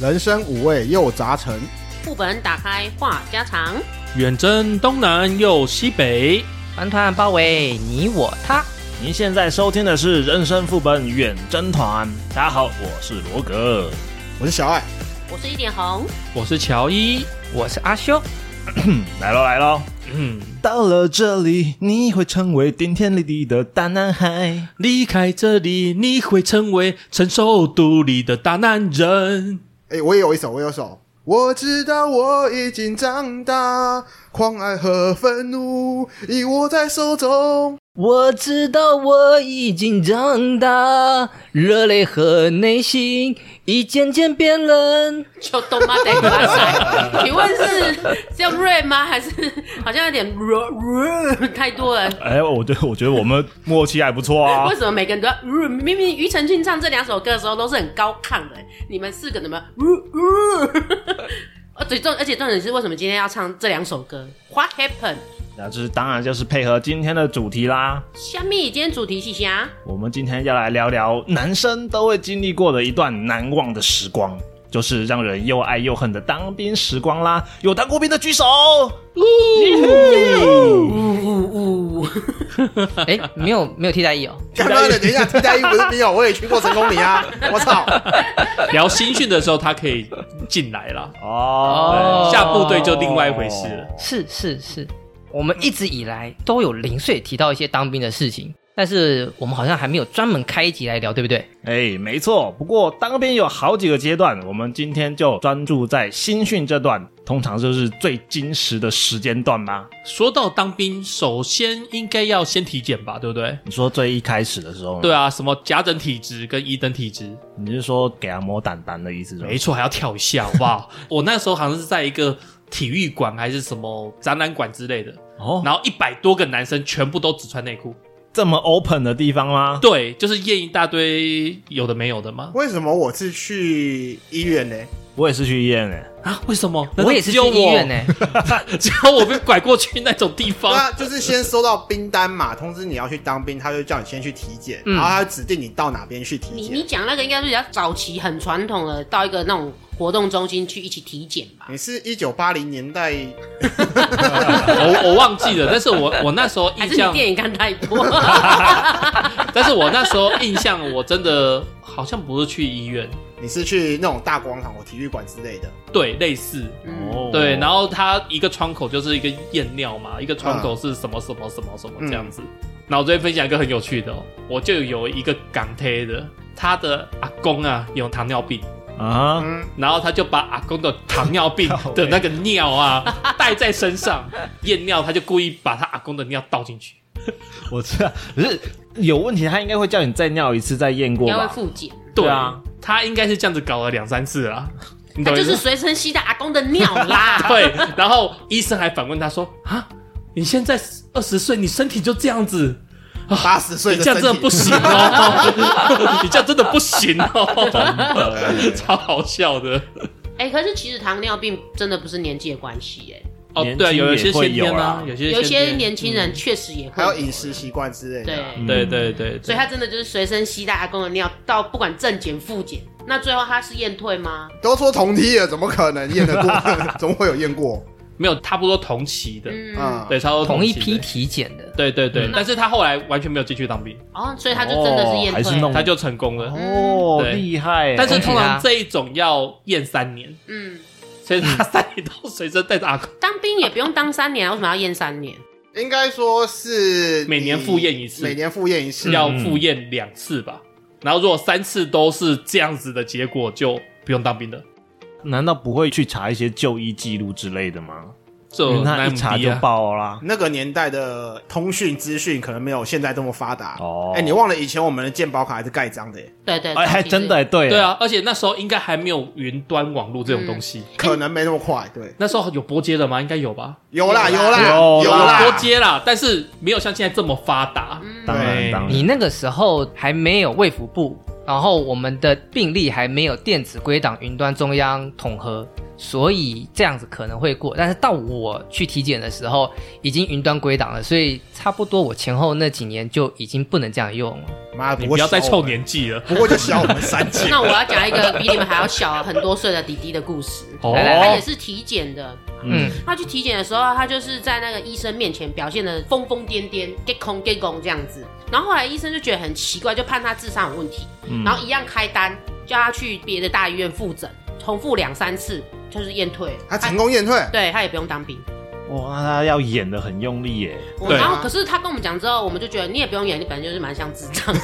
人生五味又杂陈，副本打开话家常，远征东南又西北，团团包围哎你我他。您现在收听的是《人生副本远征团》，大家好，我是罗格。我是小爱。我是一点红，我是乔伊。我是阿修，来喽来喽，嗯，到了这里，你会成为顶天立地的大男孩。离开这里，你会成为承受独立的大男 人。哎，我也有一首，我有一首。我知道我已经长大，狂爱和愤怒已握在手中。我知道我已经长大，热泪和内心已渐渐变冷。就都妈得瓜塞。请问是是要 r 吗？还是好像有点 r r 太多了？哎，我对我觉得我们默契还不错啊 为。什么每个人都要 r？明明庾澄庆唱这两首歌的时候都是很高亢的，你们四个怎么 r r？而 且重，而且重点是为什么今天要唱这两首歌？What happened？那这是当然就是配合今天的主题啦。虾米，今天主题是啥？我们今天要来聊聊男生都会经历过的一段难忘的时光，就是让人又爱又恨的当兵时光啦。有当过兵的举手。哎，没有没有替代役哦。干妈的，等一下，替代役不是没有，我也去过成功里 啊！我操，聊新训的时候，他可以进来啦。哦哦下部队就另外一回事了。是是是，我们一直以来都有零碎提到一些当兵的事情，但是我们好像还没有专门开一集来聊，对不对？哎，没错。不过当兵有好几个阶段，我们今天就专注在新训这段，通常就是最矜持的时间段吗？说到当兵，首先应该要先体检吧，对不嗯对？你说最一开始的时候，对，啊，什么甲等体质跟乙等体质，你是说给他摸胆胆的意思嗯是吗？没错，还要跳一下，好不 好？我那时候好像是在一个体育馆还是什么展览馆之类的，哦，然后一百多个男生全部都只穿内裤，这么 open 的地方吗？ 对，就是验一大堆有的没有的嘛。为什么我是去医院呢？我也是去医院诶、啊，为什么？难道我也只是去有医 院呢、只有我被拐过去那种地对 方。啊，就是先收到兵单嘛，通知你要去当兵，他就叫你先去体检，嗯然后他指定你到哪边去体你检你。讲那个应该是比较早期、很传统的，到一个那种活动中心去一起体检吧。你是一九八零年代，我我忘记了，但是我我那时候还印是你象，电影看太多？ 但是我那时候印象，我真的好像不是去医院，你是去那种大广场或体育馆之类的。对，类似，嗯哦对，然后它一个窗口就是一个验尿嘛，一个窗口是什么什么什么什么这样子。然后我这边分享一个很有趣的、哦，我就有一个港铁的，他的阿公啊有糖尿病，啊，嗯，然后他就把阿公的糖尿病的那个尿 啊带在身上验尿，他就故意把他阿公的尿倒进去。我知道，可是有问题，他应该会叫你再尿一次，再验应过该会吧？复检，对对啊，他应该是这样子搞了两三次啊，你他懂就我意是啊思？随身携带阿公的尿 啦。 对，然后医生还反问他说：“啊，你现在二十岁，你身体就这样子，八十岁哦的你这身样真的体不行 哦，你这样真的不行哦， 超好笑的。”哎、可是其实糖尿病真的不是年纪的关系，哎，哦，年对啊，轻有一也些会先天有啊啊，有些有一些先天年轻人确实也会还有饮食习惯之类的。啊对，嗯对对对，对所以他真的就是随身携带阿公的尿，到不管正检复检，那最后他是验退吗？都说同梯了，怎么可能验得 过？怎么会有验过？没有差不多同期的，嗯，嗯，对，差不多同一期的批体检的，对对对嗯，但是他后来完全没有进去当兵，哦，所以他就真的是验哦还是退，弄他就成功了。嗯哦，对厉害欸！但是恭喜通他常这一种要验三年，嗯，所以他三年都随身带着阿公，当兵也不用当三年，为什么要验三年？应该说是每年你复验一次每年复验一次。要复验两次吧。然后如果三次都是这样子的结果，就不用当兵了。难道不会去查一些就医记录之类的吗？这因为他那一查就爆啦。那个年代的通讯资讯可能没有现在这么发达哦哎，你忘了以前我们的健保卡还是盖章的耶，对对哎，还真的欸，对对啊，啊，而且那时候应该还没有云端网络这种东西。哎可能没那么快。对，那时候有拨接的吗？应该有吧，有啦有啦啦有有啦拨，接啦，但是没有像现在这么发达。当然对当然你那个时候还没有卫福部，然后我们的病例还没有电子归档云端中央统合，所以这样子可能会过。但是到我去体检的时候，已经云端归档了，所以差不多我前后那几年就已经不能这样用了。妈，不你过不要再小臭我们，年纪了。不过就小我们 三届。那我要讲一个比你们还要小很多岁的弟弟的故事。哦来他也是体检的，嗯，他去体检的时候，他就是在那个医生面前表现的疯疯癫癫，get 空 get 空这样子。然后后来医生就觉得很奇怪，就判他智商有问题，然后一样开单，叫他去别的大医院复诊，重复两三次，就是验退。他成功验退，对他也不用当兵。哇，那他要演的很用力耶，我对啊然后可是他跟我们讲之后，我们就觉得你也不用演，你本来就是蛮像智障。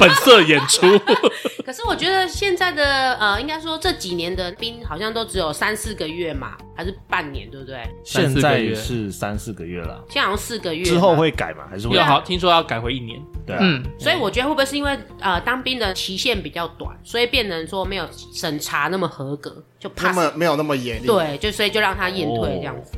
本色演出， 可是我觉得现在的呃，应该说这几年的兵好像都只有三四个月嘛，还是半年，对不对？三现四个在月是三四个月了，现在好像四个月，之后。会改吗？还是会啊要好，听说要改回一年。对啊，嗯，所以我觉得会不会是因为呃当兵的期限比较短，所以变成说没有审查那么合格，就他 pass 们没有那么严厉。，对，就所以就让他验哦退这样哦子。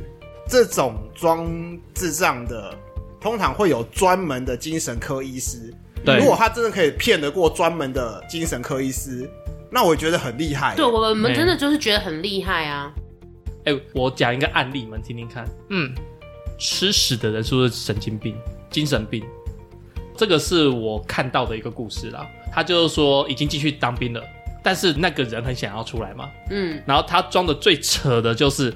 这种装智障的，通常会有专门的精神科医师。对如果他真的可以骗得过专门的精神科医师，那我觉得很厉害。对，我们真的就是觉得很厉害啊！哎、我讲一个案例，你们听听看。嗯，吃屎的人是不是神经病、精神病？这个是我看到的一个故事啦。他就是说已经进去当兵了，但是那个人很想要出来嘛。嗯，然后他装的最扯的就是，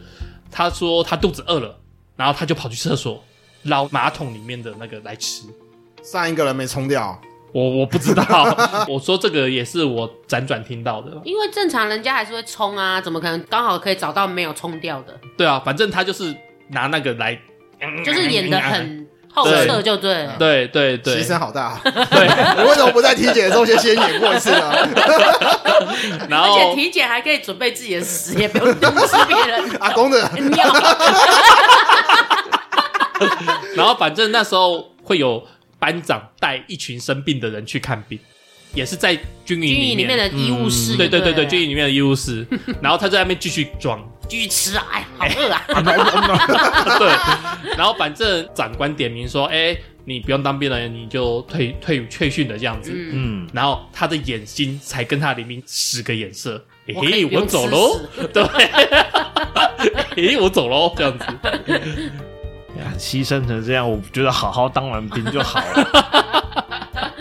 他说他肚子饿了，然后他就跑去厕所捞马桶里面的那个来吃。上一个人没冲掉，我我不知 道，我说这个也是我辗转听到的。因为正常人家还是会冲啊，怎么可能刚好可以找到没有冲掉的？对啊，反正他就是拿那个来，嗯就是演的很后撤，就对了。对对对牺牲好大、啊。对，你为什么不在体检的时候先先演过一次呢？然而且后体检还可以准备自己的屎，也不用丢吃别人阿公的 尿。然后反正那时候会有班长带一群生病的人去看病，也是在军营军营里面的医务室，嗯对对对对，军军营里面的医 务室，然后他在那边继续装，继续吃啊，哎，好饿啊！对，然后反正长官点名说，哎，你不用当兵了，你就退退退训的这样子，嗯， 嗯，然后他的眼睛才跟他邻兵使个眼色，我可以嘿，不用我走吃喽，屎 对， 嘿，我走喽，这样子，啊牺牲成这样，我觉得好好当完兵就好了。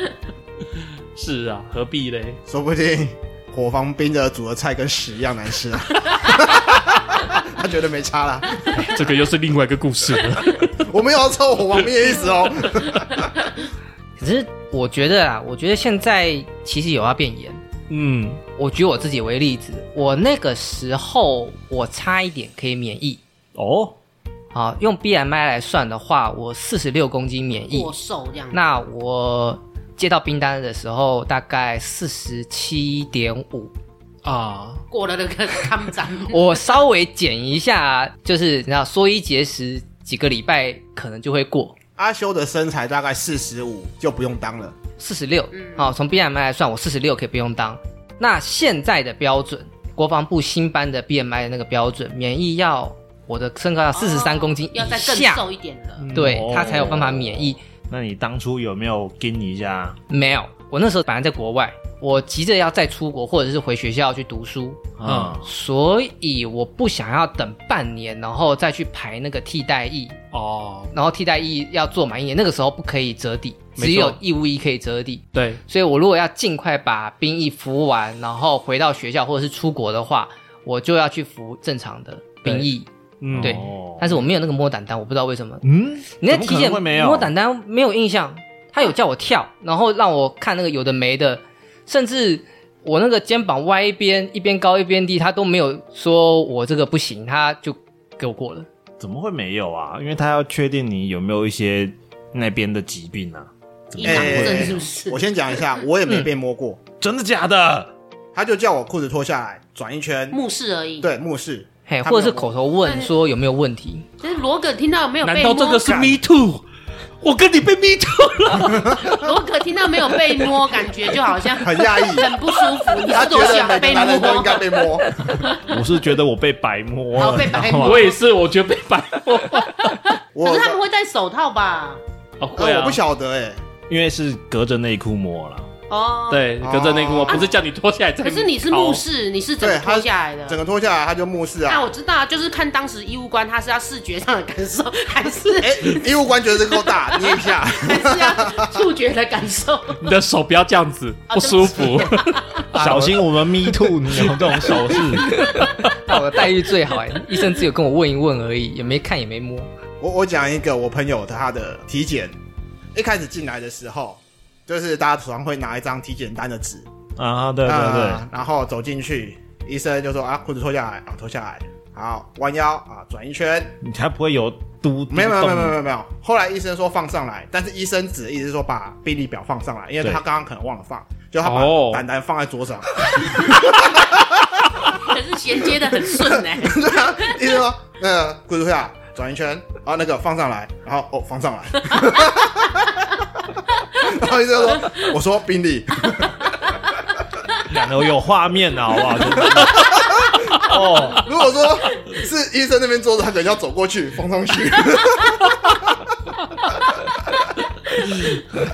是啊，何必嘞？说不定火防兵的煮的菜跟屎一样难吃啊。 他觉得没差啦，这个又是另外一个故事了。我没有要抽火防兵的意思 哦。可是我觉得啊，我觉得现在其实有要变严。嗯，我举我自己为例子，我那个时候我差一点可以免疫 哦，啊，用 BMI 来算的话，我四十六公斤免疫过，瘦这样。那我接到冰单的时候大概四十七点五，啊，过了那个康展，我稍微减一下，就是你知道缩衣节食几个礼拜可能就会过阿修的身材大概四十五，就不用当了。四十六嗯，好，从 BMI 来算，我四十六可以不用当。那现在的标准，国防部新颁的 BMI 的那个标准，免疫要我的身高要 四十三公斤以哦要再更下，嗯瘦一点了。对哦他才有办法免疫。那你当初有没有跟一下？没有，我那时候本来在国外，我急着要再出国或者是回学校去读书，嗯，所以我不想要等半年，然后再去排那个替代役，哦，然后替代役要做满一年，那个时候不可以折抵，没错只有义务役可以折抵。对，所以我如果要尽快把兵役服完，然后回到学校或者是出国的话，我就要去服正常的兵役。嗯对哦但是我没有那个摸胆单，我不知道为什么。嗯，你在怎么体可检能会没有摸胆单没有印象，他有叫我跳，然后让我看那个有的没的，甚至我那个肩膀歪一边，一边高一边低，他都没有说我这个不行，他就给我过了。怎么会没有啊？因为他要确定你有没有一些那边的疾病啊。伊朗哎症是不是？我先讲一下，我也没被摸过，真的假的？他就叫我裤子脱下来转一圈，目视而已。，对，目视。嘿，他没有或者是口头问说有没有问题，但是罗格听到没有哦难被道摸？这个是 Me Too？我跟 你被 Me Too 了，罗格听到没有被摸，感觉就好像很压抑很不舒服。你他觉是多得想每被个男人都应摸？该被 摸， 我是觉得我被白摸然了，后被白摸你知道吗我也是，我觉得被白目。 可我是他们会戴手套吧？哦，呃会啊，我不晓得哎、因为是隔着内裤摸了。哦，。对，隔着内裤，哦我不是叫你脱下来再可是你是掏目视，你是整个对他脱下来的。整个脱下来他就目视啊那啊。我知道啊，就是看当时医务官他是要视觉上的感受， 还是哎，医务官觉得这个够大， 捏一下。还是要触觉的感受？你的手不要这样子，啊不舒服。 小心我们 me too，你 有这种手势。那我的待遇最好哎，医生只有跟我问一问而已，也没看也没摸。我我讲一个我朋友他的体检，一开始进来的时候，就是大家常会拿一张体检单的纸，啊，对对对，啊然后走进去，医生就说啊，裤子脱下来啊，脱下来，好，弯腰啊，转一圈，你才不会有嘟。没有没有没有没有没有，有没有。后来医生说放上来，但是医生只一直说把病历表放上来，因为对他刚刚可能忘了放，就他哦把胆胆放在桌上， 可是衔接的很顺哎、对啊，医生说那个裤子脱下来，转一圈，然后那个放上来，然后哦放上来， 然后医生说我说病历。两个有画面啊的好不好？真的哦，如果说是医生那边桌子，他可能要走过去放上去。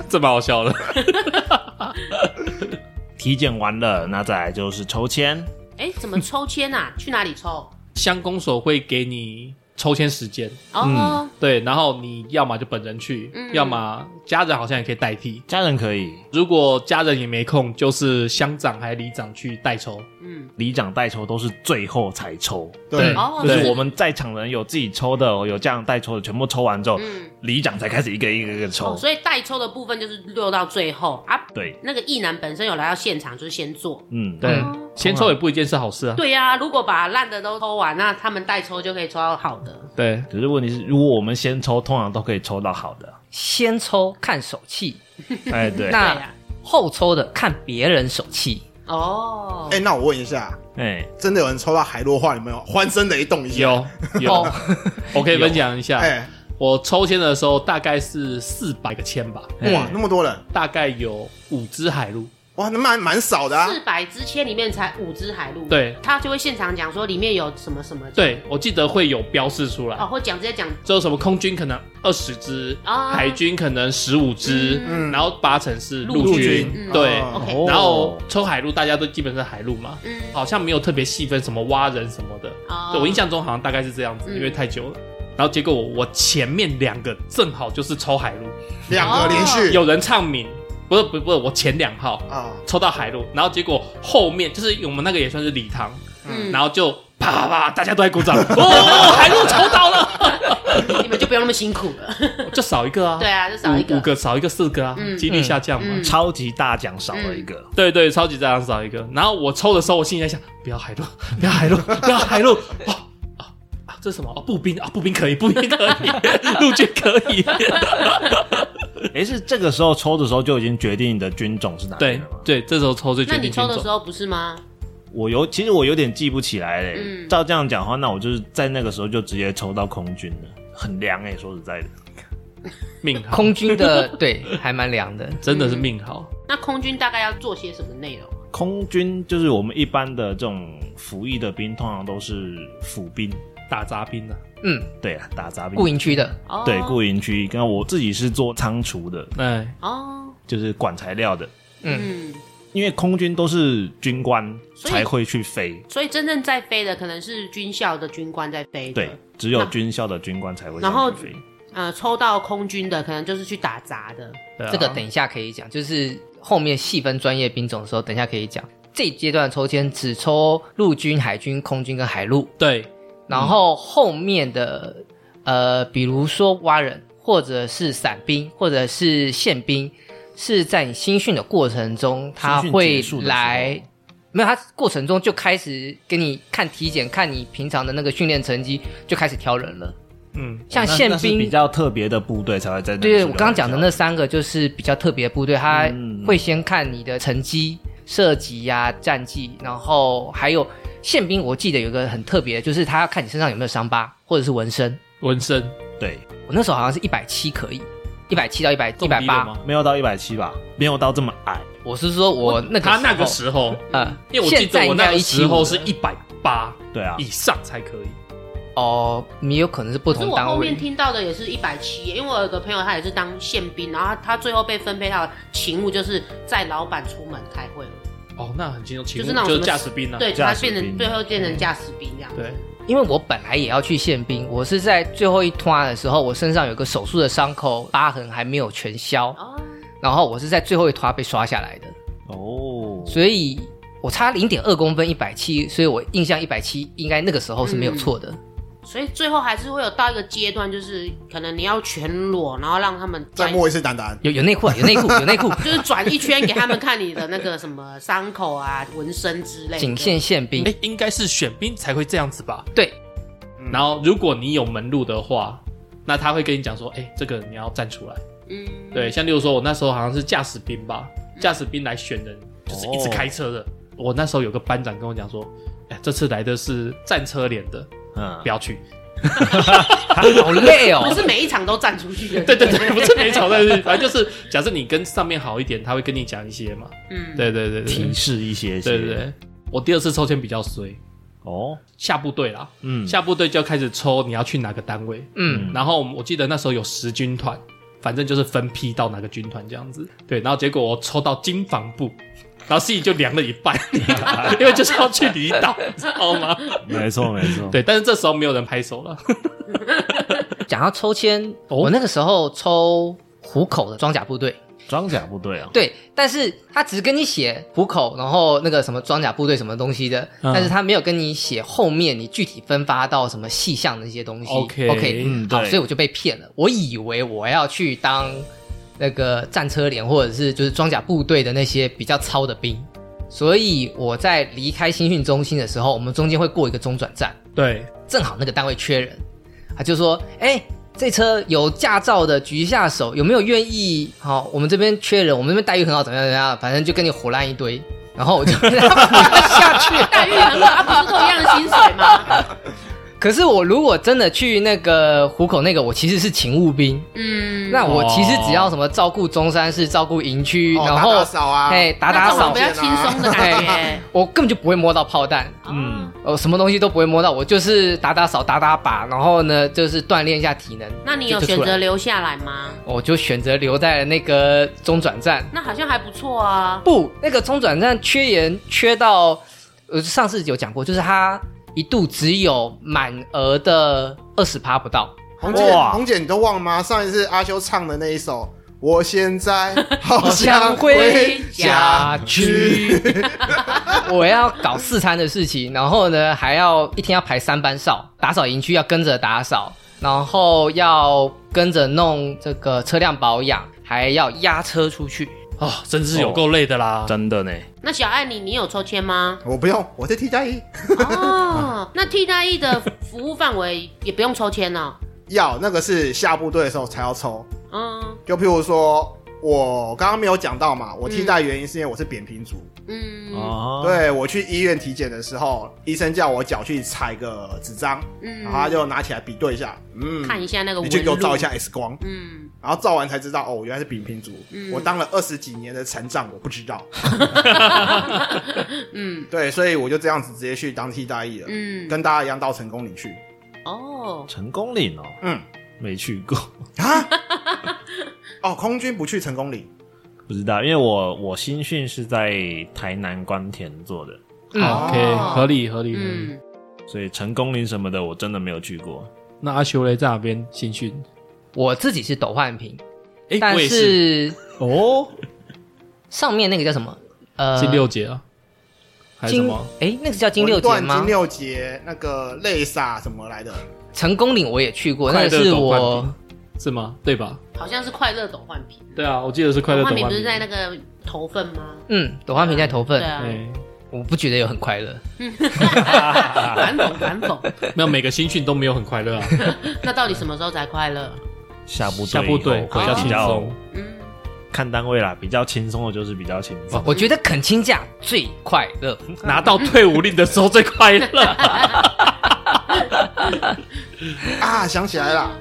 这蛮好笑的。体检完了，那再来就是抽签。哎、怎么抽签啊？去哪里抽？乡公所会给你抽签时间，哦，对，然后你要么就本人去，嗯要么家人好像也可以代替。家人可以，如果家人也没空，就是乡长还里长去代抽。嗯，里长代抽都是最后才抽，对，哦，就对是我们在场人有自己抽的，有这样代抽的，全部抽完之后，嗯，里长才开始一个一个一个抽哦，。所以代抽的部分就是溜到最后啊。对，那个意男本身有来到现场，就是先做。嗯，对哦，先抽也不一定是好事啊。对呀、如果把烂的都抽完，那他们代抽就可以抽到好的。对，可是问题是，如果我们先抽，通常都可以抽到好的。先抽看手气，哎，对，那对呀、后抽的看别人手气。哦， 哎、那我问一下，哎，真的有人抽到海洛话，有没有欢声雷动一下？有哦 有，我可以分享一下。哎、我抽签的时候大概是四百个签吧，哇哎，那么多人，大概有五只海陆。哇，那蛮蛮少的啊。四百支签里面才五支海陆，对他就会现场讲说里面有什么什么，，对，我记得会有标示出来哦，，会讲直接讲就什么空军可能二十只，啊海军可能十五只，嗯然后八成是陆陆军军嗯。对，哦 OK，哦然后抽海陆，大家都基本上是海陆嘛，嗯，好像没有特别细分什么蛙人什么的。哦对我印象中好像大概是这样子，嗯因为太久了。然后结果我我前面两个正好就是抽海陆，两个连续 有人唱名，不是不是不是，我前两号啊，抽到海陆，然后结果后面就是我们那个也算是礼堂，嗯然后就啪啪啪，大家都在 鼓掌，哦，海陆抽到了，你们就不用那么辛苦了， 就少一个啊，对啊，就少一五个五，个少一个四个啊嗯，几率下降嘛嗯。超级大奖少了一个，对对，超级大量少一个。然后我抽的时候，我心里在想，不要海陆， 不要海陆，不要海陆，哦啊啊，这是什么？哦，步兵啊，步兵可以，步兵可以， 陆军可以。 哎，是这个时候抽的时候就已经决定你的军种是哪里对了吗？对，这时候抽最那决你定抽军的时种。候不是吗？我有，其实我有点记不起来嘞。嗯照这样讲的话，那我就是在那个时候就直接抽到空军了，很凉哎、说实在的，命嗯好，空军 的对，还蛮凉的。真的是命好。那空军大概要做些什么内容？空军就是我们一般的这种服役的兵，通常都是府兵，打杂兵啊，嗯，对啊，打杂兵。顾营区的哦，对，雇营区。刚刚我自己是做仓储的，哎，哦，就是管材料的。嗯，因为空军都是军官所以才会去飞，所以真正在飞的可能是军校的军官在飞的，对，，只有军校的军官才会然后上去飞。呃，抽到空军的可能就是去打杂的，对啊这个等一下可以讲，就是后面细分专业兵种的时候，等一下可以讲。这一阶段抽签只抽陆军、海军、空军跟海陆，对然后后面的呃，比如说蛙人，或者是伞兵，或者是宪兵，是在你新训的过程中，他新训会结束的时候来。没有，他过程中就开始给你看体检，看你平常的那个训练成绩，就开始挑人了。嗯，像哦那宪那是兵比较特别的部队才会在那个时对，候我刚刚讲的叫那三个就是比较特别的部队，他嗯会先看你的成绩、射击呀、战绩，然后还有宪兵。我记得有一个很特别的，就是他要看你身上有没有伤疤或者是纹身。纹身对，我那时候好像是一百七可以，一百七到一百一中百低了八。吗？没有到一百七吧，没有到这么矮。我是说我那个他那个时时候，候，呃，因为我记现在得我应那该个一时候是一百八对啊以，上才可以。哦，也有可能是不可是同我单后位面。听到的也是一百七，因为我有个朋友他也是当宪兵，然后他他最后被分配到的勤务就是载老板出门开会，哦，那很轻松，就就是那种就是什么驾驶兵啊，对，驾他驶变成兵最后变成驾驶兵这样。对，因为我本来也要去宪兵，我是在最后一团的时候，我身上有个手术的伤口，疤痕还没有全消，哦，然后我是在最后一团被刷下来的，哦，所以我差零点二公分一百七，所以我印象一百七应该那个时候是没有错的。所以最后还是会有到一个阶段，就是可能你要全裸，然后让他们再转摸一次蛋蛋，哦有有内裤啊，有内裤，有内裤，就是转一圈给他们看你的那个什么伤口啊、纹身之类的。仅限宪兵。哎，应该是选兵才会这样子吧？对，然后如果你有门路的话，那他会跟你讲说，哎，这个你要站出来。嗯，对，像例如说，我那时候好像是驾驶兵吧，驾驶兵来选人，就是一直开车的。我那时候有个班长跟我讲说，哎，这次来的是战车连的，嗯不，要去。好累不哦。是每一场都站出去的。 对对对，不是没吵，但是反正就是，假设你跟上面好一点，他会跟你讲一些嘛。嗯，对对对对提示一些些，对对对。我第二次抽签比较衰，哦，下部队啦，嗯，下部队就要开始抽你要去哪个单位。嗯，然后我记得那时候有十军团，反正就是分批到哪个军团这样子。对，然后结果我抽到金防部，然后心里就凉了一半， 因为就是要去离岛，你知道吗？没错没错，对，但是这时候没有人拍手了。讲到抽签，哦我那个时候抽虎口的装甲部队，装甲部队啊，对，但是他只跟你写虎口，然后那个什么装甲部队什么东西的，嗯但是他没有跟你写后面你具体分发到什么细项的一些东西。 OK， OK，嗯好，对所以我就被骗了，我以为我要去当那个战车连或者是就是装甲部队的那些比较糙的兵，所以我在离开新训中心的时候，我们中间会过一个中转站。对，正好那个单位缺人，他就说：“哎、这车有驾照的举一下手，有没有愿意？好、我们这边缺人，我们这边待遇很好，怎么样怎么样？反正就跟你火烂一堆。”然后我就给他 扶了下去。待遇很好，啊，不是都一样的薪水吗？ 可是我如果真的去那个虎口那个，我其实是勤务兵，嗯，那我其实只要什么照顾中山市、照顾营区，哦然打后打扫啊哎、打那打这种扫比，较轻松的感 觉。我根本就不会摸到炮弹。嗯，呃，什么东西都不会摸到，我就是打打扫、打打靶，然后呢，就是锻炼一下体能。那你有就就选出来择留下来吗？我就选择留在了那个中转站。那好像还不错啊。不，那个中转站缺人缺到，呃，上次有讲过，就是它一度只有满额的二十趴不到。红姐哇，红姐，你都忘了吗？上一次阿修唱的那一首《我现在 好好想想回回家？家》，去。我要搞四餐的事情，然后呢，还要一天要排三班哨，打扫营区要跟着打扫，然后要跟着弄这个车辆保养，还要押车出去。哦，真是有够累的啦。真的呢，那小爱你，你有抽签吗 我不用，我是替代役。哦，那替代役的服务范围也不用抽签哦了。要那个是下部队的时候才要抽，嗯就譬如说。我刚刚没有讲到嘛，我替代原因是因为我是扁平足，嗯哦，对我去医院体检的时候，医生叫我脚去踩个纸张，然后他嗯，就拿起来比对一下，啊嗯，看一下那个你去纹给我路。照一下 X 光，嗯，然后照完才知道哦，我原来是扁平足。嗯我当了二十几年的残障，我不知道。嗯， 对，所以我就这样子直接去当替代役了，嗯跟大家一样到成功领去。哦，成功岭哦，嗯没去过，啊，哦，空军不去成功领，不知道，因为我我新训是在台南关田做的，嗯，哦 OK，合理合理。合理嗯，所以成功岭什么的我真的没有去过。那阿修雷在哪边新训？我自己是斗焕平，哎，但我也是哦，上面那个叫什么？呃，金六节啊，还是什金么？哎，那个叫金六节文段吗金？六节那个泪洒什么来的？成功岭我也去过，快那个乐是斗焕我平是吗？对吧？好像是快乐斗焕平。对啊，我记得哦是快乐斗焕斗焕平平不是在那个头份吗？嗯斗焕平在投份对，啊，哎我不觉得有很快乐。反讽反 讽。没有每个新训都没有很快乐啊，那到底什么时候才快乐？下部队下部队以后比会较比轻较松。嗯，看单位啦，比较轻松的就是比较轻松。我觉得恳亲假最快乐。拿啊到退伍令的时候最快 乐。啊，想起来了，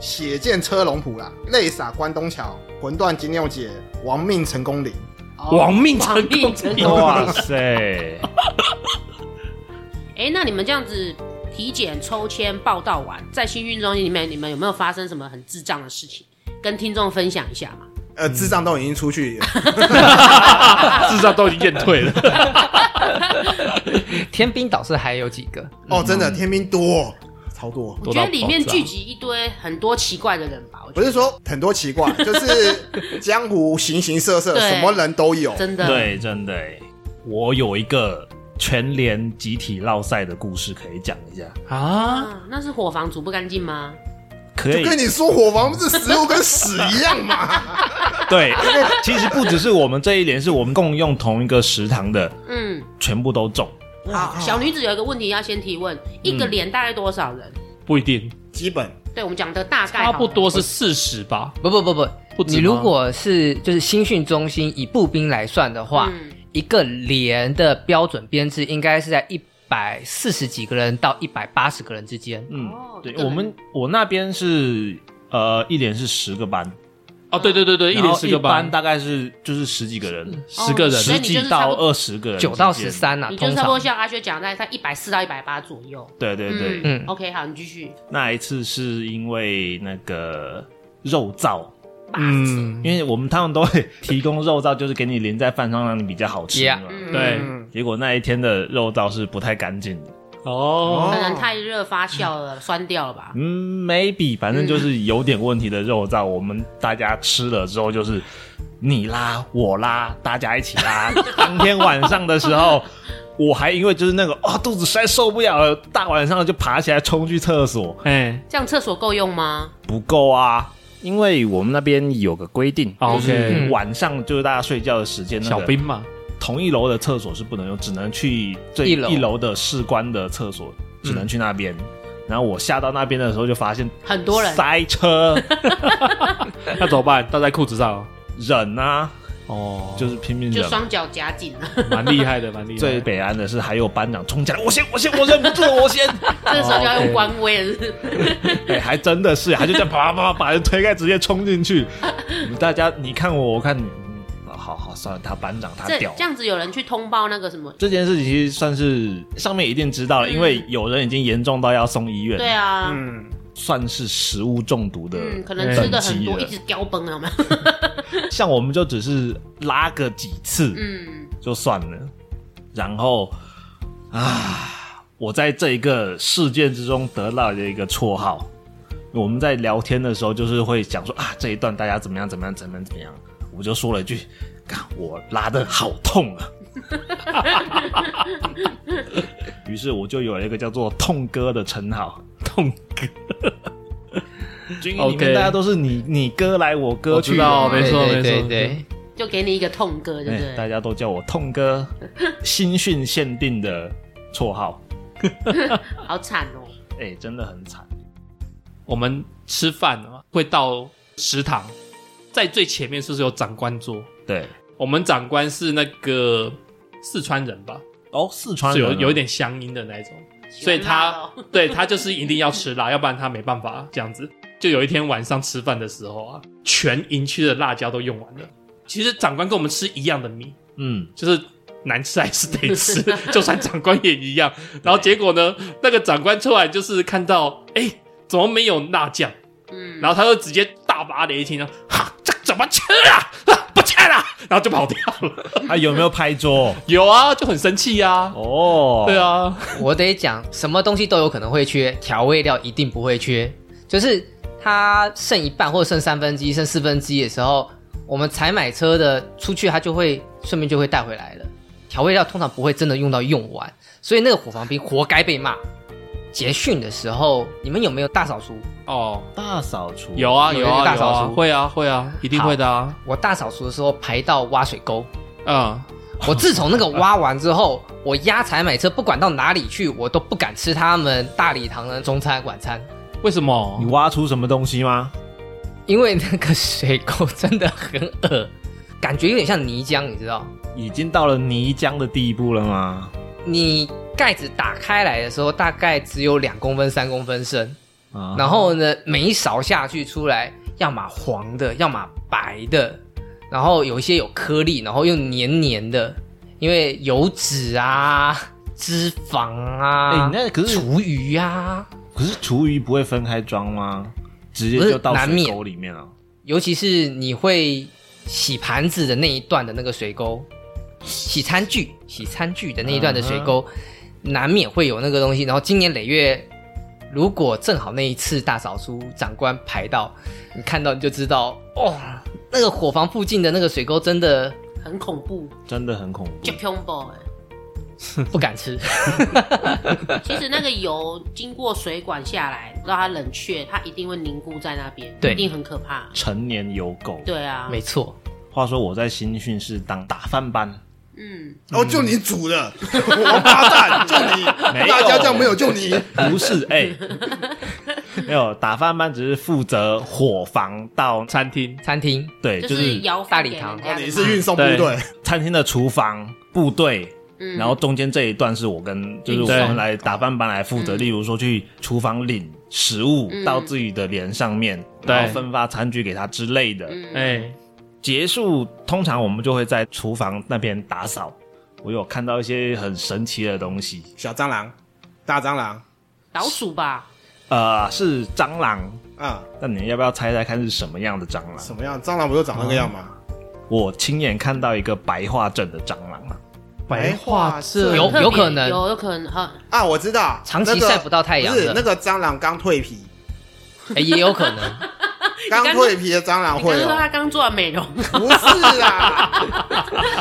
血溅车龙浦啦，泪洒关东桥，魂断金六节，亡命成功岭。哦亡命 成功亡 命成功。哇塞，哎，那你们这样子体检、抽签、报到完，在新训中心里面，你们有没有发生什么很智障的事情？跟听众分享一下嘛。呃，嗯智障都已经出去 了，智障都已经验退了。天兵岛是还有几个，哦，真的天兵多，超多。我觉得里面聚集一堆很多奇怪的人吧，我觉不得是说很多奇 怪，就是江湖形形色色，对什么人都有。真的。对，真的欸，我有一个全联集体绕赛的故事可以讲一下，啊，啊，那是伙房煮不干净吗？可以就跟你说火房不是食物跟屎一样嘛？对， 因为其实不只是我们这一连，是我们共用同一个食堂的，嗯，全部都中。好，小女子有一个问题要先提问：一个连大概多少人？不一定，基本对我们讲的大概好差了不多是四十吧。不不不不，不止吗你如果是就是新训中心以步兵来算的话，嗯一个连的标准编制应该是在一百四十几个人到一百八十个人之间。嗯，哦对这，个我们我那边是呃一连是十个班，哦，对对对对，一然年后十一个班班，大概是就是十几个人，十个人哦，所以十你就几是差到不多二十个人，九到十。三呐，你就啊通差不多常像阿薛讲的，在一百四到一百八左右。对对对，嗯 OK，好，你继续。那一次是因为那个肉燥，嗯，因为我们他们都会提供肉燥，就是给你淋在饭上，让你比较好吃 Yeah 嘛。嗯，对嗯结果那一天的肉燥是不太干净的，哦，可能太热发酵了，酸掉了吧？嗯，maybe，反正就是有点问题的肉燥，我们大家吃了之后就是你拉我拉，大家一起拉。当天晚上的时候，我还因为就是那个啊、肚子实在受不了了，大晚上就爬起来冲去厕所，哎这样厕所够用吗？不够啊，因为我们那边有个规定。啊就是，OK，嗯晚上就是大家睡觉的时间，那个小兵嘛，同一楼的厕所是不能用，只能去最一楼一楼的士官的厕所，只能去那边。然后我下到那边的时候，就发现很多人塞车，那怎么办？搭在裤子上忍啊，哦，就是拼命就忍。双脚夹紧 了，蛮厉害的，蛮厉害的。最北安的是还有班长冲进来，我先，我先，我忍不住了，我先。这个时候就要用官威了，是不是哎、还真的是，他就这样啪啪啪把人推开，直接冲进去。我们大家你看我，我看你，嗯好好算了，他班长他这屌这。样子有人去通报那个什么？这件事情其实算是上面一定知道了，因为有人已经严重到要送医院，对啊，嗯，算是食物中毒的嗯，可能吃的很多，等级了一直叼崩了嘛。 像我们就只是拉个几次、嗯，就算了，然后啊，我在这一个事件之中得到了一个绰号。我们在聊天的时候，就是会讲说啊，这一段大家怎么样怎么样怎么样怎么样，我就说了一句，干我拉的好痛啊。 于是我就有了一个叫做“痛哥”的称号。痛哥， 军营里 OK 面大家都是你你哥来我哥我知去，道，没错对没对错，对，就给你一个痛歌，对哎不对？大家都叫我 痛哥，新训限定的绰号，好惨哦。哎、真的很惨。我们吃饭啊会到食堂，在最前面是不是有长官桌？对，我们长官是那个四川人吧，哦，四川是有人啊有一点乡音的那一种，所以喜 他欢辣哦对他就是一定要吃辣，要不然他没办法这样子。就有一天晚上吃饭的时候啊，全营区的辣椒都用完了。其实长官跟我们吃一样的米，嗯，就是难吃还是得吃，就算长官也一样。然后结果呢，那个长官出来就是看到，哎、怎么没有辣酱？嗯，然后他就直接大拔雷霆了，啊哈，这怎么吃啊？啊不吃了，然后就跑掉了。啊，有没有 拍桌？有啊，就很生气呀、啊。哦，对，啊，我得讲什么东西都有可能会缺，调味料一定不会缺，就是它剩一半或者剩三分之一、剩四分之一的时候，我们采买车的出去，它就会顺便就会带回来了。调味料通常不会真的用到用完，所以那个伙房兵活该被骂。结训的时候，你们有没有大扫除？哦，大扫除有啊，有有一啊，个大有啊扫，除会啊，会啊，一定会的啊。我大扫除的时候排到挖水沟，嗯，我自从那个挖完之后，我压采买车不管到哪里去，我都不敢吃他们大礼堂的中餐晚餐，为什么你？挖出什么东西吗？因为那个水沟真的很恶，感觉有点像泥浆，你知道？已经到了泥浆的地步了吗？你盖子打开来的时候，大概只有两公分、三公分深，啊，然后呢，每一勺下去出来，要么黄的，要么白的，然后有一些有颗粒，然后又黏黏的，因为油脂啊、脂肪哎、啊，那可是厨余啊，可是厨余不会分开装吗？直接不是就到难水免沟里面啊？尤其是你会洗盘子的那一段的那个水沟，洗餐具、洗餐具的那一段的水沟，难免会有那个东西。然后今年累月，如果正好那一次大扫除长官排到，你看到你就知道，哦，那个伙房附近的那个水沟真的很恐怖，真的很恐怖就。恐怖哎。不敢吃。其实那个油经过水管下来，让它冷却，它一定会凝固在那边，对一定很可怕。成年有狗。对啊，没错，话说我在新训是当打饭班，嗯，哦，就你煮的，王八蛋，就你，没有大家这样没有就你，不是哎、没有打饭班只是负责伙房到餐厅餐厅对，就就是是摇大给礼堂人家的你嘛是运送部队，餐厅的厨房部队。嗯然后中间这一段是我跟，就是我对们来打饭班来负责，嗯例如说去厨房领食物嗯到自己的脸上面，对然后分发餐具给他之类的。嗯，哎、结束，通常我们就会在厨房那边打扫。我有看到一些很神奇的东西，小蟑螂，大蟑螂，老鼠吧，呃，是蟑螂。啊，那你要不要猜猜看是什么样的蟑螂？什么样？蟑螂不就长那个样吗？我亲眼看到一个白化症的蟑螂啊，白化症有特别有可能有有可能很啊，我知道，长期那个晒不到太阳不是的那，个蟑螂刚蜕 皮，哎也有可能。刚蜕皮的蟑螂你会刚啊刚说他有，刚做完美容， 不是啦，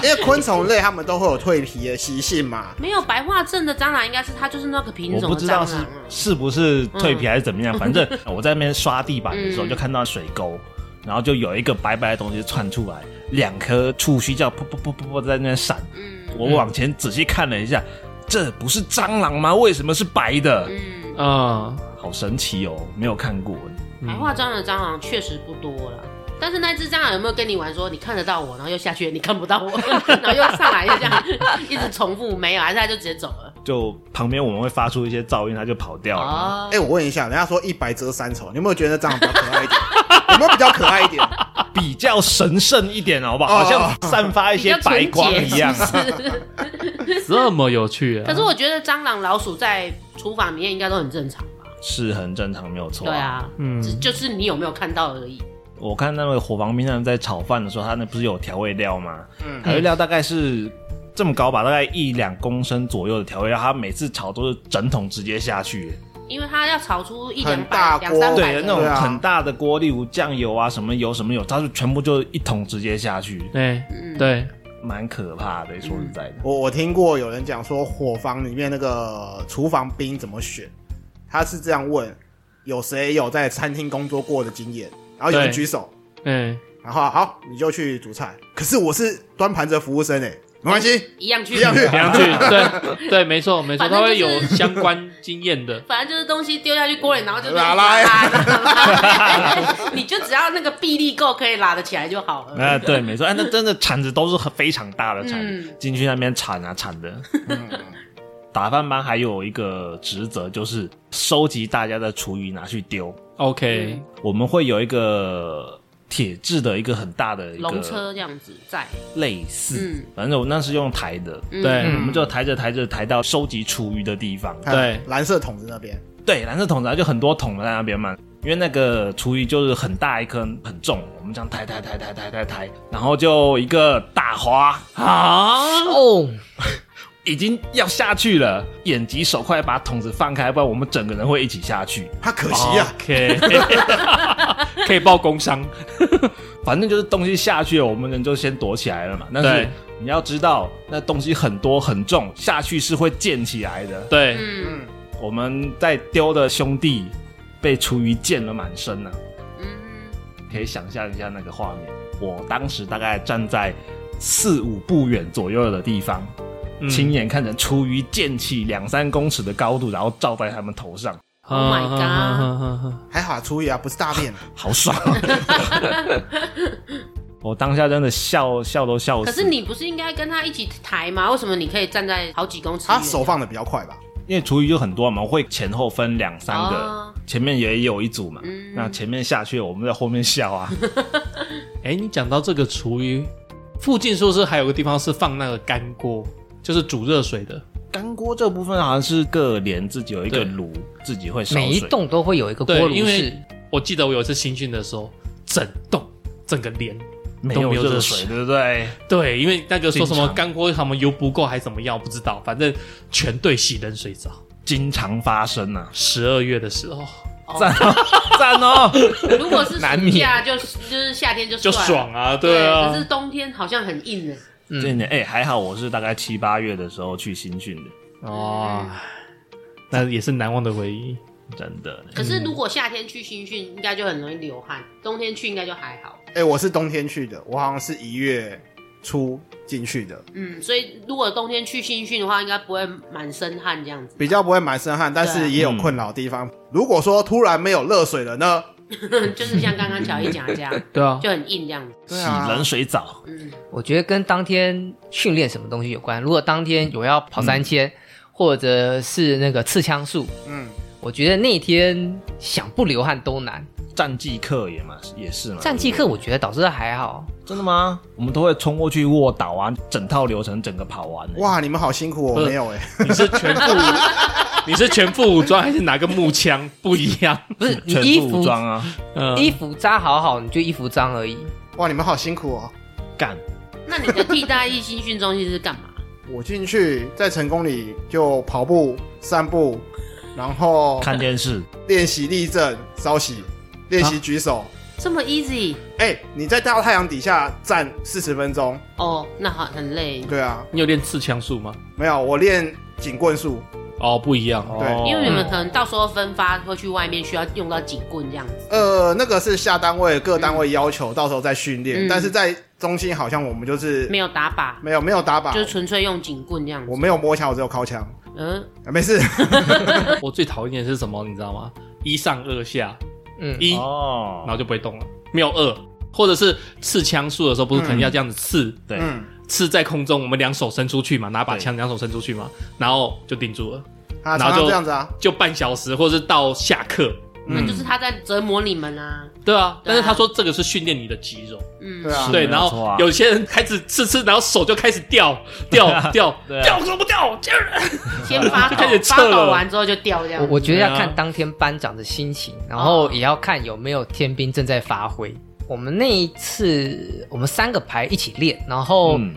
因为昆虫类它们都会有蜕皮的习性嘛。没有白化症的蟑螂，应该是它就是那个品我种不的知蟑螂道啊是。是不是蜕皮还是怎么 样，反正呃我在那边刷地板的时候嗯就看到水沟，然后就有一个白白的东西窜出来，两颗触须这样噗噗噗噗噗在那边闪。嗯我往前仔细看了一下，这不是蟑螂吗？为什么是白的？嗯，嗯，好神奇哦，没有看过。嗯白化蟑螂的蟑螂确实不多了。但是那只蟑螂有没有跟你玩说你看得到我，然后又下去，你看不到我， 然后又上来，又这样 一直重复，没有，还是它就直接走了？就旁边我们会发出一些噪音，它就跑掉了。哦哎，，我问一下，人家说一白遮三丑，你有没有觉得蟑螂比较可爱一点？有没有比较可爱一点？比较神圣一点，好不哦好？好像散发一比较些白纯光洁一 样。是不是 这么有趣啊！可是我觉得蟑螂、老鼠在厨房里面应该都很正常吧？是很正常，没有错、对，啊，嗯只哦就是你有没有看到而已。我看那个伙房兵他们在炒饭的时候，他那不是有调味料吗？嗯调味料大概是这么高吧，大概一两公升左右的调味料，他每次炒都是整桶直接下去，因为它要炒出一两很大百、两三锅百对，个那种对啊很大的锅，例如酱油啊，什么油什么油，他就全部就一桶直接下去，哎、嗯对，蛮可怕的。说实在的，我我听过有人讲说，伙房里面那个厨房兵怎么选，他是这样问：有谁有在餐厅工作过的经验？然后有人对举手，哎、然后好，你就去煮菜。可是我是端盘子的服务生哎、没关系，一样去一样去怎样去？ 对对，没错没错，反正他会就有是相关经验的。反正就是东西丢下去锅 里，然后就拉拉拉， 你就只要那个臂力够，可以拉得起来就好 了。啊，对，没错，哎，那真的铲子都是很非常大的铲嗯，进、去那边铲啊铲的。 打饭班还有一个职责就是收集大家的厨余拿去丢， OK，、我们会有一个铁质的一个很大的一龙个车这样子在，类似，嗯，反正我那是用抬的，嗯对、我们就抬着抬着抬到收集厨余的地方，看对蓝色桶子那边，对，蓝色桶子啊就很多桶在那边嘛，因为那个厨余就是很大一颗很重，我们这样抬抬抬抬抬抬抬，然后就一个大滑啊，哦，已经要下去了，眼疾手快把桶子放开，不然我们整个人会一起下去。他可惜啊， OK，可以 报工伤。反正就是东西下去了，我们人就先躲起来了嘛。但是对你要知道，那东西很多很重，下去是会溅起来的。对、嗯嗯，我们在丢的兄弟被厨余溅了满身呢、啊嗯，可以想象一下那个画面。我当时大概站在四五步远左右的地方，嗯亲眼看着厨余溅起两三公尺的高度，然后照在他们头上， Oh my 嗯 god 嗯嗯嗯嗯还好厨余啊，不是大便，好爽、啊 我当下真的笑笑都笑可死。是你不是应该跟他一起抬吗？为什么你可以站在好几公尺远？他手放的比较快吧？因为厨余就很多嘛，我会前后分两三个，哦前面也有一组嘛。嗯那前面下去，我们在后面笑 啊。哎、你讲到这个厨余，附近是不是还有个地方是放那个干锅，就是煮热水的？干锅这部分好像是各连自己有一个对炉，自己会烧每一水栋都会有一个锅对，因炉为室，我记得我有一次新训的时候，整栋整个连没都有没有热热水水，对不对？对，因为那个说什经么常干锅什么油不够还怎么样，不知道，反正全队洗冷水澡。经常发生啊，十二月的时候赞哦，赞哦，如果是难暑免假，就 就是夏天就就算了爽啊，对对啊可，是冬天好像很硬欸嗯的，真的哎，还好我是大概七八月的时候去新训的，嗯哦，那也是难忘的回忆。真的。可是如果夏天去新训，应该就很容易流汗；冬天去应该就还好。哎、我是冬天去的，我好像是一月初进去的，嗯，所以如果冬天去新训的话，应该不会满身汗这样子。比较不会满身汗，但对啊是也有困扰的地方。如果说突然没有热水了呢？ 就是像刚刚乔伊讲的这样， 对啊，就很硬这样子。对洗啊冷水澡，嗯，我觉得跟当天训练什么东西有关。如果当天有要跑三嗯千，或者是那个刺枪术，嗯，我觉得那一天想不流汗都难。战绩课也嘛也是嘛。战绩课我觉得导致还好，真的吗？我们都会冲过去卧倒啊，整套流程整个跑完、欸。哇，你们好辛苦哦，我不是没有哎、你是全副，你是全副武装 还是拿个木枪？不一样。不是你嗯全衣副服武装啊，嗯，衣服扎好好，你就衣服脏而已。哇，你们好辛苦哦。干那你的替代役新训中心是干嘛？我进去在成功里就跑步、散步，然后看电视，练习立正、稍息，练习举手。这么 easy 哎、你在大太阳底下站四十分钟，哦，那好很累，对啊，你有练刺枪术吗？没有，我练警棍术，哦，不一样。对哦因为你们可能到时候分发会去外面需要用到警棍这样子。呃，那个是下单位各单位要求，到时候再训练。嗯但是在中心好像我们就是没有打靶，没有没有打靶，就是纯粹用警棍这样嗯啊我子。没有摸枪，我只有靠枪、 嗯，啊没事，我最讨厌的是什么？你知道吗？一上二下，嗯，一哦然后就不会动了，没有二，或者是刺枪术的时候，嗯不是可能要这样子刺，对，嗯刺在空中，我们两手伸出去嘛，拿把对枪两手伸出去嘛，然后就定住了，啊，然常后常就嗯这样子啊，嗯就半小时，或者是到下课，那就是他在折磨你们啊。对啊。对啊但是他说这个是训练你的肌肉，嗯对，啊是，对，没然错后啊有些人开始刺刺，然后手就开始掉 掉掉对啊掉，怎么不掉？这样先发抖就开始，撤发了抖完之后就掉这样我子。我觉得要对啊看当天班长的心情，然后啊也要看有没有天兵正在发挥。我们那一次，我们三个排一起练，然后嗯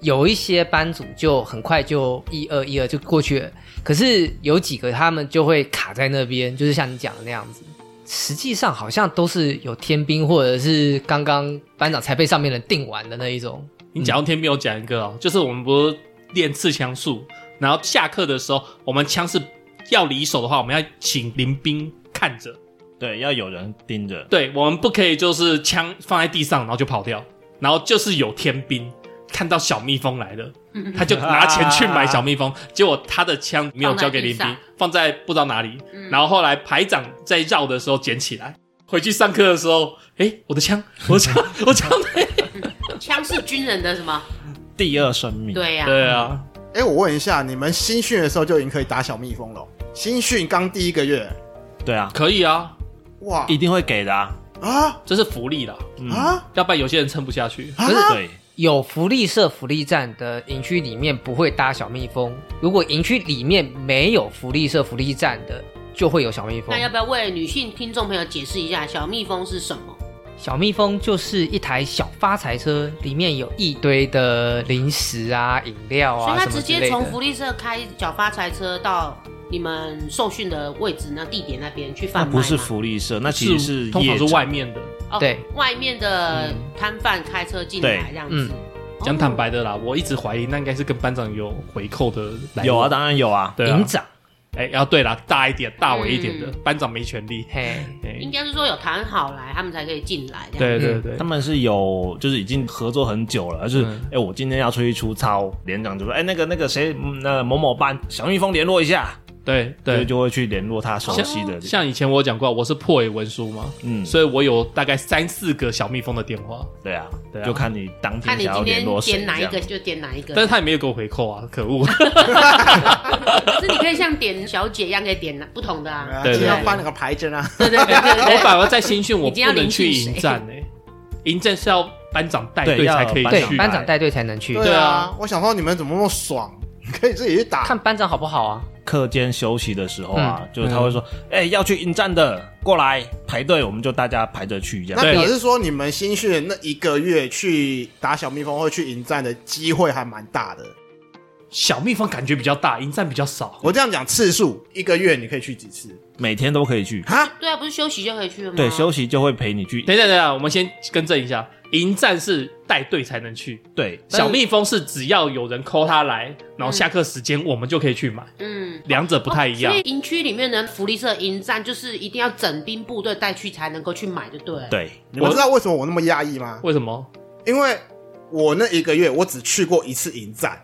有一些班组就很快就呃一二一二就过去了，可是有几个他们就会卡在那边，就是像你讲的那样子。实际上好像都是有天兵或者是刚刚班长才被上面人定完的那一种。你讲到天边，我讲一个哦，就是我们不是练刺枪术，然后下课的时候，我们枪是要离手的话，我们要请林兵看着，对，要有人盯着，对我们不可以就是枪放在地上然后就跑掉，然后就是有天兵看到小蜜蜂来了，嗯他就拿钱去买小蜜蜂，结果他的枪没有交给林放在地兵上，放在不知道哪里，嗯然后后来排长在绕的时候捡起来。回去上课的时候，哎、我的枪，我的枪，我的枪没。枪是军人的什么？第二生命，对呀、对啊，哎、我问一下，你们新训的时候就已经可以打小蜜蜂了哦？新训刚第一个月，对啊，可以啊，哇一定会给的啊，啊这是福利啦，嗯，啊要不然有些人撑不下去。啊！对，有福利社、福利站的营区里面不会搭小蜜蜂，如果营区里面没有福利社、福利站的，就会有小蜜蜂那。要不要为女性听众朋友解释一下小蜜蜂是什么？小蜜蜂就是一台小发财车，里面有一堆的零食啊、饮料所以啊他什么直之接类从福的。利社开小发财车到你们受训的位置那地点那边去那贩卖吗不是福利社，那其实是通常是业者外面的。哦对外面的摊贩开车进来对这样嗯子。哦讲坦白的啦，我一直怀疑那应该是跟班长有回扣的来有往啊，，当然有啊，对啊营，长，哎，要对啦，大一点、大我一点的嗯班长没权利。嘿，哎应该是说有谈好来，他们才可以进来这样。对对嗯对他，们是有，就是已经合作很久了，而是哎、嗯诶我今天要出去出操，连长就说，哎、那个那个谁，嗯那个某某班小蜜蜂联络一下，对所以对。哦就会去联络他熟悉的，像以前我有讲过，我是破尾文书嘛，嗯，所以我有大概三四个小蜜蜂的电话，对啊，对啊就看你当天看你想要今联络天谁点哪一这个样就点哪一个但，是他也没有给我回扣啊，可恶！可是你可以像点小姐一样，可以点不同的啊。啊对就对对要发那个牌针啊！对对对对我对，反而在新训，我已经要不能临去近迎谁战哎，迎战是要班长带对队才要可以班对长去，班长带队才能去。对对啊啊，我想说你们怎么那么爽？你可以自己去打。看班长好不好啊？课间休息的时候嗯啊，就是他会说：“哎、要去迎战的，过来排队。”我们就大家排着去这样。那对表示说，你们新训那一个月去打小蜜蜂或去迎战的机会还蛮大的。小蜜蜂感觉比较大，迎战比较嗯少。我这样讲次数，一个月你可以去几次？每天都可以去。哈，对啊，不是休息就可以去了吗？对，休息就会陪你去。等一下，等一下，我们先更正一下，迎战是带队才能去，对，小蜜蜂是只要有人 call 他来，然后下课时间我们就可以去买，嗯。两者不太一样所以。营区里面的福利社营站就是一定要整兵部队带去才能够去买，就对了。对，你们我知道为什么我那么压抑吗？为什么？因为我那一个月我只去过一次迎战，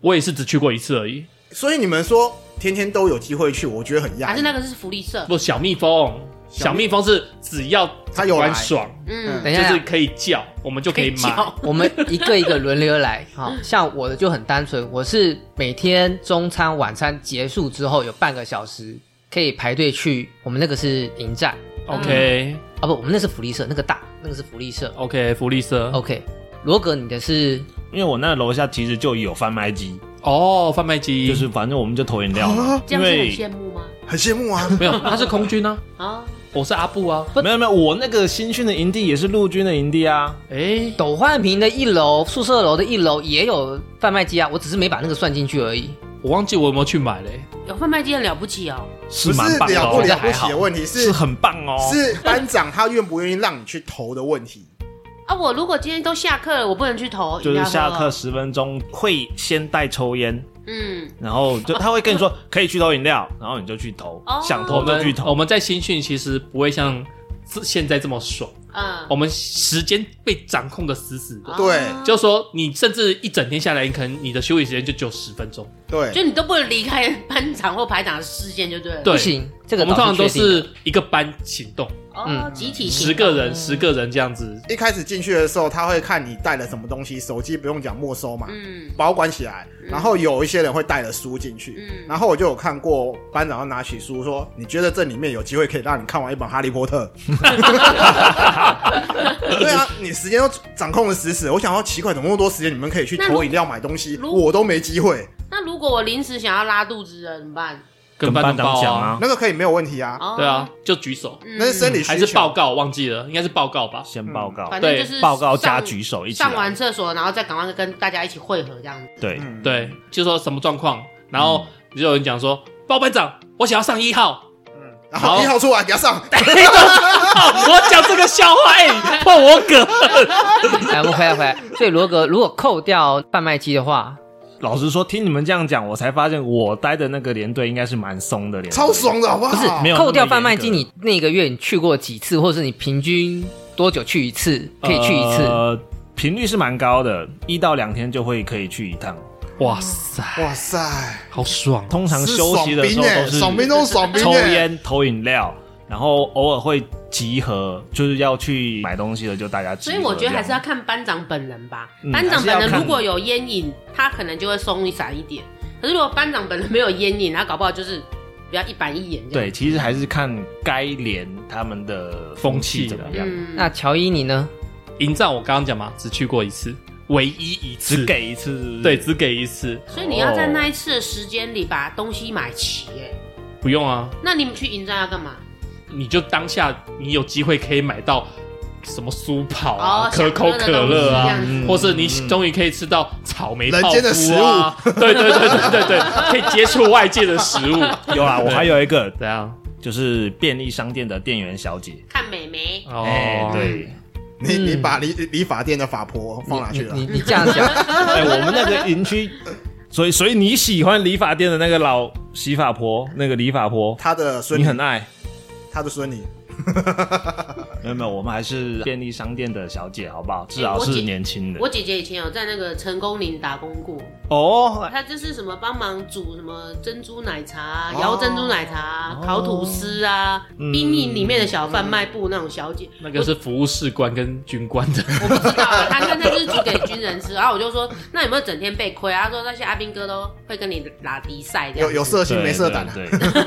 我也是只去过一次而已。所以你们说天天都有机会去，我觉得很压还抑。是那个是福利社。不，小蜜蜂，小小蜜蜂是只要它有来玩爽，嗯，等一就下，是可以叫，我们就可以买。叫我们一个一个轮流来。 好，像我的就很单纯，我是每天中餐、晚餐结束之后有半个小时可以排队去。我们那个是营站嗯 OK 啊，不，我们那是福利社，那个大，那个是福利社。 OK，福利社哦 OK，罗格，你的是因为我那楼下其实就有贩卖机，哦，贩卖机就是反正我们就投饮料嘛。嗯啊这因样是很为羡慕吗？很羡慕啊，没有，他是空军啊，啊，我是阿布啊。没有没有，我那个新训的营地也是陆军的营地啊。哎，斗焕平的一楼、宿舍楼的一楼也有贩卖机啊，我只是没把那个算进去而已。我忘记我有没有去买嘞。有贩卖机很了不起哦。是不蛮是棒的、了不哦，了不起的问题，是是很棒哦。是班长他愿不愿意让你去投的问题。啊，我如果今天都下课了，我不能去投，就是下饮料喝课，十分钟会先带抽烟，嗯，然后就他会跟你说可以去投饮料，然后你就去投哦，想我投就去们我投。们在新训其实不会像这现在这么爽，嗯，我们时间被掌控的死死的。哦对啊就说你甚至一整天下来，你可能你的休息时间就只有十分钟。对，就你都不能离开班长或排长的视线，就对了。对不行，这个我们通早常就都决定了是一个班行动，哦，嗯集体行十动个人十个人这样子。一开始进去的时候，他会看你带了什么东西，手机不用讲没收嘛，嗯保管起来。然后有一些人会带了书进去，嗯然后我就有看过班长要拿起书说：“你觉得这里面有机会可以让你看完一本《哈利波特》？” 对啊，你时间都掌控的死死的。我想要奇怪，怎么那么多时间你们可以去那如投饮料、买东西，如我都没机会。那如果我临时想要拉肚子了怎么办？跟班报讲啊，啊，那个可以没有问题啊，哦对啊，，就举手，嗯那是生理需还求。是报告忘记了，应该是报告吧？先报告，反正对就是报告加上举手一起上来。完厕所，然后再赶快跟大家一起汇合这样子。对，嗯对，就说什么状况，然后就有人讲说，报班长，我想要上一号。然后好一号出来给他上，我讲这个笑话，哎，破我梗。来，哎我们回来回来。所以罗格如果扣掉贩卖机的话，老实说，听你们这样讲，我才发现我待的那个连队应该是蛮松的连队，超爽的好不好？不是没有那么扣掉贩卖机，严格你那个月你去过几次，或者是你平均多久去一次？可以去一次。呃，频率是蛮高的，一到两天就会可以去一趟。哇塞，哇塞，好爽！通常是休爽息的时兵候哎、都是爽兵都是爽兵、欸，抽烟、投饮料，然后偶尔会集合，就是要去买东西的，就大家集所合以这样。我觉得还是要看班长本人吧。嗯班长本还人是要看如果有烟瘾，他可能就会松散一点。可是如果班长本人没有烟瘾，他搞不好就是比较一板一眼这样。对，其实还是看该连他们的风风气的气怎么样，嗯，那乔伊你呢？营战我刚刚讲嘛，只去过一次，唯一一次，只给一次是不是对，只给一次，所以你要在那一次的时间里把东西买齐。哎，不用啊，那你们去营站要干嘛？你就当下你有机会可以买到什么酥跑啊、哦可口可乐想喝的啊东西这样，子或是你终于可以吃到草莓泡人间的食芙物啊，对对对对对对，可以接触外界的食物。有啦，我还有一个怎样？就是便利商店的店员小姐，看美眉。哦，哎对，你你嗯把理理发店的法婆放哪去了？你你这样讲，哎，我们那个营区。所以，所以你喜欢理发店的那个老洗发婆，那个理发婆，他的孙你女，很爱。他的孙女，没有没有，我们还是便利商店的小姐，好不好？至哎少我姐是年轻的。我姐姐以前有在那个成功岭打工过，哦，她就是什么帮忙煮什么珍珠奶茶啊、哦嗯摇珍珠奶茶啊、烤吐司啊、兵营里面的小贩卖部那种小姐，那个是服务士官跟军官的，我不知道啊，他刚才就是煮给军人吃，然后我就说，那有没有整天被亏啊？他说那些阿兵哥都会跟你拉低赛这样有子。有色心对没色胆啊！对对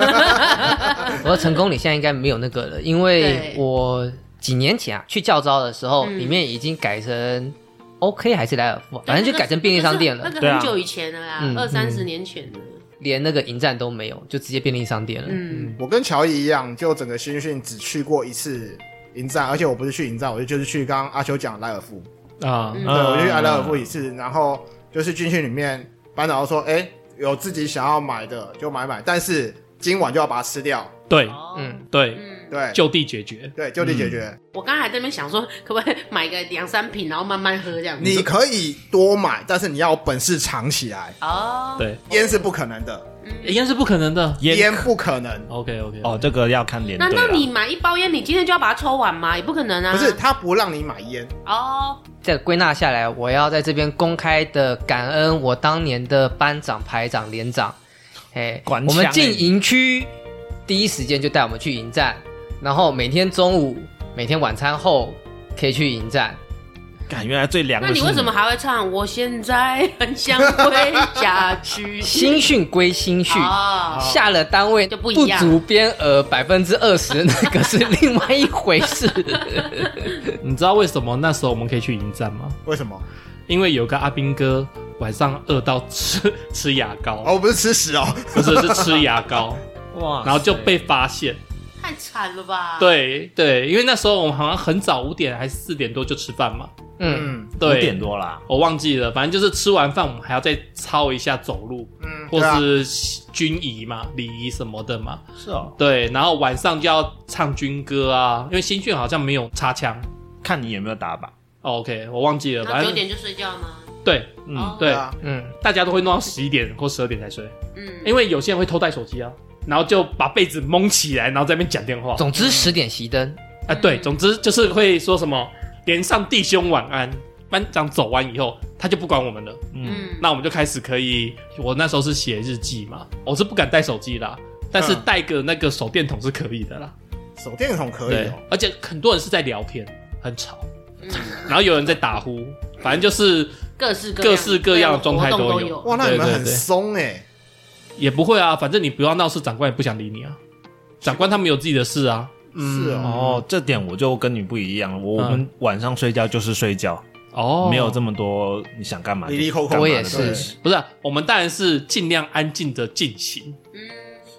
我说成功你现在应该没有那个了，因为对我几年前啊去教招的时候，嗯里面已经改成 OK 还是莱尔富啊，反正就改成便利商店了那，个对啊很久以前了啦嗯，二三十年前了。连那个迎站都没有，就直接便利商店了。嗯，我跟乔伊一样，就整个新训只去过一次营站，而且我不是去营站，我就就是去刚刚阿秋讲的莱尔夫，啊，嗯对，我就去阿莱尔夫嗯一次，然后就是军训里面班长就说，哎、有自己想要买的就买买，但是今晚就要把它吃掉，对嗯嗯，对，嗯，对，就地解决。对，就地解决。我刚才还在那边想说，可不可以买个两三瓶，然后慢慢喝这嗯样子。你可以多买，但是你要有本事藏起来，哦，对，烟是不可能的，应该是不可能的。烟不可能。 OK OK，哦，这个要看连队难道啦你买一包烟，你今天就要把它抽完吗？也不可能啊啊。不是，他不让你买烟，哦，再归纳下来，我要在这边公开的感恩我当年的班长、排长、连长，哎，管我们枪欸进营区第一时间就带我们去营站，然后每天中午、每天晚餐后可以去营站。感原来最凉的那是你为什么还会唱？我现在很想回家去。新训归 新训，哦下了单位就不不一样足编额百分之二十，那个是另外一回事。 你知道为什么那时候我们可以去迎战吗？为什么？因为有个阿兵哥晚上饿到吃吃牙膏，哦，我不是吃屎哦，不是是吃牙膏，哇然后就被发现。太惨了吧？，对对，因为那时候我们好像很早，五点还是四点多就吃饭嘛。嗯，嗯五对，点多啦，我忘记了，反正就是吃完饭我们还要再操一下走路，嗯，或对啊是军仪嘛、礼仪什么的嘛。是哦，对，然后晚上就要唱军歌啊，因为新训好像没有插枪。看你有没有打靶。哦 OK，我忘记了，那反九正点就睡觉吗？对嗯，对，啊，嗯，大家都会弄到十一点或十二点才睡，嗯，因为有些人会偷带手机啊，然后就把被子蒙起来，然后在那边讲电话。总之十点熄灯，啊，对，总之就是会说什么连上弟兄晚安，班长走完以后他就不管我们了，嗯，嗯，那我们就开始可以，我那时候是写日记嘛，我是不敢带手机啦，但是嗯带个那个手电筒是可以的啦，手电筒可以对哦，，而且很多人是在聊天，很吵，嗯 然后有人在打呼，反正就是各式各各式各样的状态活动都都有有。哇，那你们对对很对松哎，也不会啊，反正你不要闹事，长官也不想理你啊，长官他们有自己的事啊，是哦，哦，这点我就跟你不一样了，我嗯们晚上睡觉就是睡觉，哦没有这么多你想干嘛就离离扣扣干嘛我的也东是西。不是啊、我们当然是尽量安静的进行。嗯，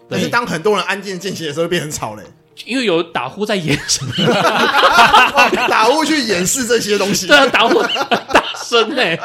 但是当很多人安静进行的时候，就变很吵嘞。 因为有打呼在演什么？哦打呼去掩饰这些东西 对，啊，打呼很大声欸呢、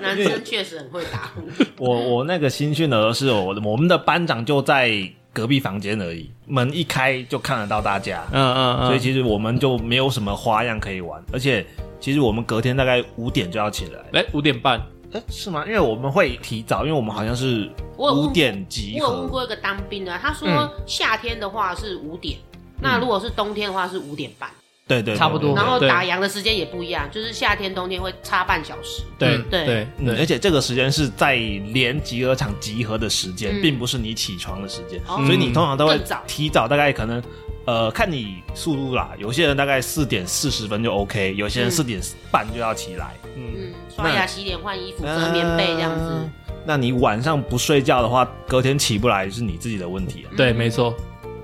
男生确实很会打呼。我我那个新训的时候是我的我们的班长就在隔壁房间而已，门一开就看得到大家，嗯嗯所以其实我们就没有什么花样可以玩，而且其实我们隔天大概五点就要起来，哎，五点半，哎，是吗？因为我们会提早，因为我们好像是我有问五点集我有问合。过一个当兵的，他说嗯夏天的话是五点，那如果是冬天的话是五点半，对对，对差不多对然后嗯对打烊的时间也不一样，就是夏天冬天会差半小时。对嗯对对嗯，而对，且这个时间是在连集合场集合的时间，嗯并不是你起床的时间，哦所以你通常都会更早提早，大概可能呃看你速度啦，有些人大概四点四十分就 OK，有些人嗯四点半就要起来，嗯啊嗯，刷牙、洗脸、换衣服、折棉被这样子呃。那你晚上不睡觉的话，隔天起不来是你自己的问题啊。对，没错，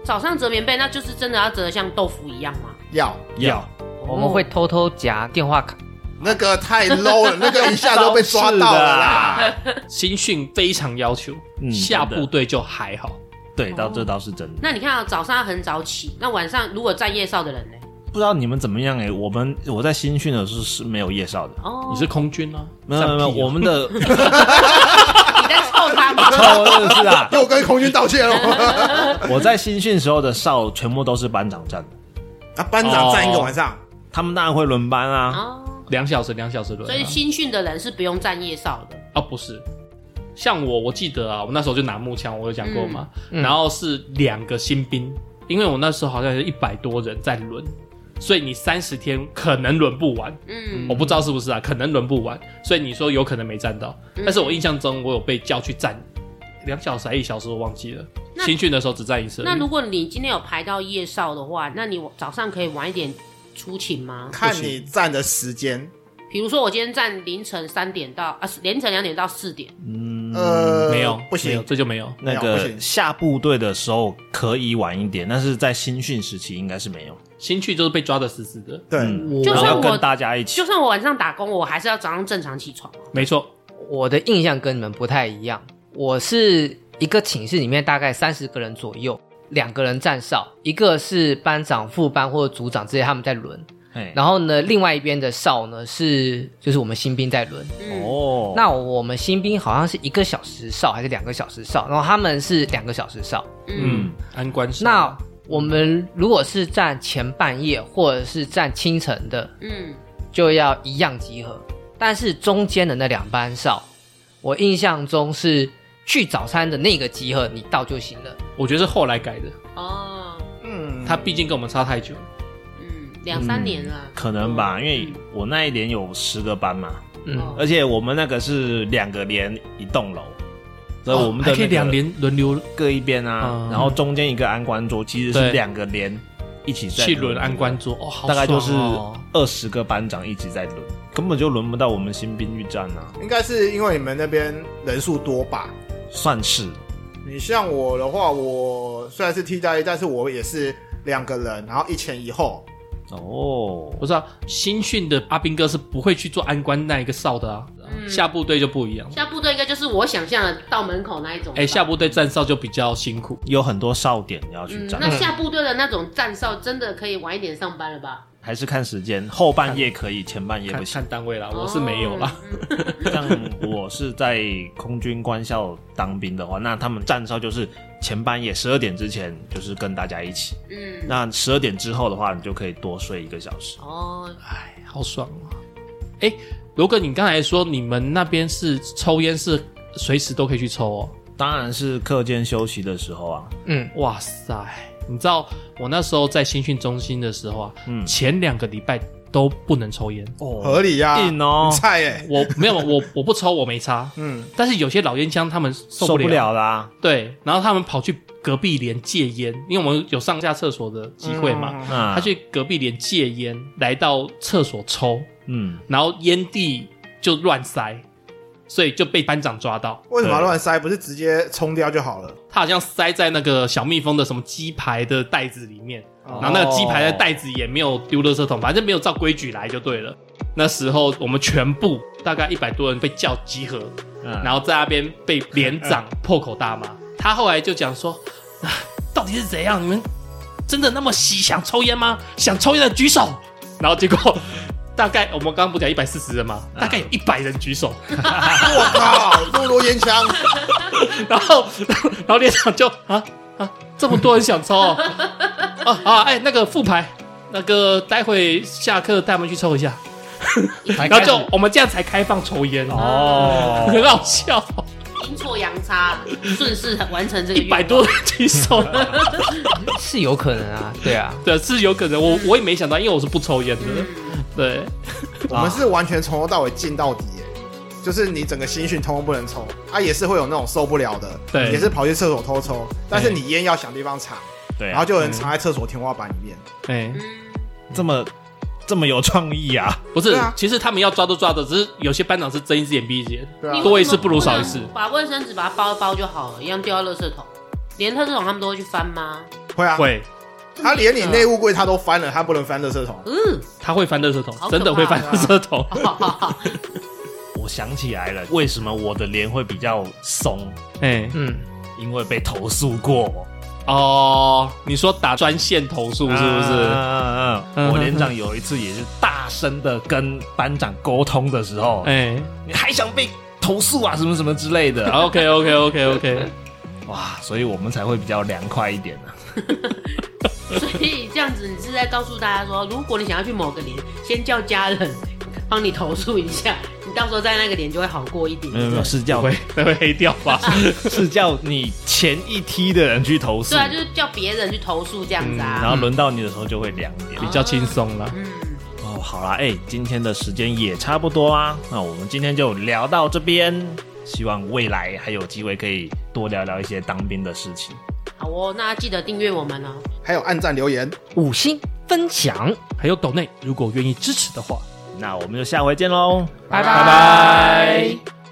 早上折棉被，那就是真的要折得像豆腐一样吗？要嗯要我们会偷偷夹电话卡。那个太 low 了，那个一下都被抓到了啦。新训非常要求，嗯下真的部队就还好，对，到哦这倒是真的。那你看啊，早上很早起，那晚上如果站夜哨的人呢？不知道你们怎么样哎、我们我在新训的时候是没有夜哨的，哦，你是空军啊？没有没有，没有上屁啊我们的 你在臭他 吗？操真的是啊， 又跟空军道歉了。我在新训时候的哨全部都是班长站的，啊，班长站一个晚哦上，他们当然会轮班啊。哦，两小时两小时轮啊，所以新训的人是不用站夜哨的。啊不是。像我，我记得啊，我那时候就拿木枪，我有讲过嘛。嗯嗯然后是两个新兵，因为我那时候好像有一百多人在轮，所以你三十天可能轮不完。嗯，我不知道是不是啊，可能轮不完，所以你说有可能没站到，嗯但是我印象中我有被叫去站两小时还一小时，我忘记了。那新训的时候只站一次而已，那如果你今天有排到夜哨的话，那你早上可以晚一点出勤吗？看你站的时间。比如说我今天站凌晨三点到啊，凌晨两点到四点，嗯，呃，没有，不没有行，这就没有。那没有不个行下部队的时候可以晚一点，但是在新训时期应该是没有。新去就是被抓的死死的，嗯对，我就然算后要我跟大家一起就，算我晚上打工，我还是要早上正常起床。没错。我的印象跟你们不太一样，我是一个寝室里面大概三十个人左右，两个人站哨，一个是班长、副班或者组长这些他们在轮，嘿然后呢，另外一边的哨呢是就是我们新兵在轮。嗯，哦，那我们新兵好像是一个小时哨还是两个小时哨，然后他们是两个小时哨。嗯，安官少那我们如果是站前半夜或者是站清晨的，嗯，就要一样集合。但是中间的那两班哨，我印象中是去早餐的那个集合，你到就行了。我觉得是后来改的，哦，嗯，他毕竟跟我们差太久了。嗯，两三年了，可能吧，嗯因为我那一年有十个班嘛，哦嗯，而且我们那个是两个连一栋楼，所以我哦们的、还可以两连轮流各一边啊，嗯然后中间一个安官桌，其实对是两个连一起在去轮安官，桌，哦，好大概就是爽哦二十个班长一起在轮，根本就轮不到我们新兵预战啊，应该是因为你们那边人数多吧？算是你像我的话，我虽然是替代役，但是我也是两个人，然后一前一后。哦，不是啊，新训的阿兵哥是不会去做安官那一个哨的啊，嗯下部队就不一样。下部队应该就是我想象的到门口那一种。哎、下部队站哨就比较辛苦，有很多哨点要去嗯，站，那下部队的那种站哨真的可以晚一点上班了吧？还是看时间，后半夜可以，前半夜看不行。看单位啦，啊我是没有啦。哦。嗯像我是在空军官校当兵的话，那他们站哨就是前半夜十二点之前就是跟大家一起，嗯，那十二点之后的话，你就可以多睡一个小时。哦，哎，好爽啊！哎、罗哥，你刚才说你们那边是抽烟是随时都可以去抽哦？当然是课间休息的时候啊，嗯，哇塞，你知道我那时候在新训中心的时候啊，嗯前两个礼拜都不能抽烟，合理呀、硬哦很菜哎、我没有，我我不抽，我没差。嗯，但是有些老烟枪他们受受不不了啦。对，然后他们跑去隔壁连戒烟，因为我们有上下厕所的机会嘛，嗯啊，他去隔壁连戒烟，来到厕所抽，嗯，然后烟蒂就乱塞，所以就被班长抓到。为什么要乱塞？不是直接冲掉就好了？他好像塞在那个小蜜蜂的什么鸡排的袋子里面，哦然后那个鸡排 的袋子也没有丢垃圾桶，反正没有照规矩来就对了。那时候我们全部大概一百多人被叫集合，然然后在那边被连长破口大骂。他后来就讲说：“啊到底是怎样？你们真的那么喜想抽烟吗？想抽烟的举手。”然后结果大概我们刚刚不讲一百四十人嘛，大概有一百人举手，我靠，这么多烟枪，然后 然后连长就啊啊，这么多人想抽哦，啊 啊哎那个副牌。那个待会下课带他们去抽一下，然然后就我们这样才开放抽烟哦，哦，很好笑，阴错阳差，顺势完成这个一愿百望。多人举手，是有可能啊，对啊，对，是有可能，我我也没想到，因为我是不抽烟的，嗯对，我们是完全从头到尾禁到底、欸，就是你整个新训通通不能抽，啊，也是会有那种受不了的，对也是跑去厕所偷抽，但是你烟要想地方藏， 对然啊，后就有人藏在厕所天花板里面。哎、嗯，这么这么有创意啊，不是、对啊其实他们要抓都抓的，只是有些班长是睁一只眼闭一只眼，对啊你为什么多一事不如少一事能把卫生纸把它包一包就好了，一样丢到垃圾桶。连垃圾桶他们都会去翻吗？会啊，会，他连你内务柜他都翻了，他不能翻垃圾桶。嗯，他会翻垃圾好可怕桶，真的会翻垃圾桶，好好好，我想起来了，为什么我的脸会比较松？哎、嗯，因为被投诉过，哦，你说打专线投诉是不是？嗯嗯嗯，嗯我连长有一次也是大声的跟班长沟通的时候，哎、你还想被投诉啊，什么什么之类 的， o k OK OK OK，哇，所以我们才会比较凉快一点啊。所以这样子你是在告诉大家说，如果你想要去某个连，先叫家人帮你投诉一下，你到时候在那个连就会好过一点。没有没有，是叫会那会黑掉 吧？是叫你前一梯的人去投诉，嗯对啊，就是叫别人去投诉这样子嗯然啊。后轮到你的时候就会凉一点比。较轻松了。嗯，哦，好啦，哎、今天的时间也差不多啦，那我们今天就聊到这边。希望未来还有机会可以多聊聊一些当兵的事情。好哦，那记得订阅我们哦。还有暗赞留言，五星分享，还有抖内，如果愿意支持的话，那我们就下回见喽，拜拜拜。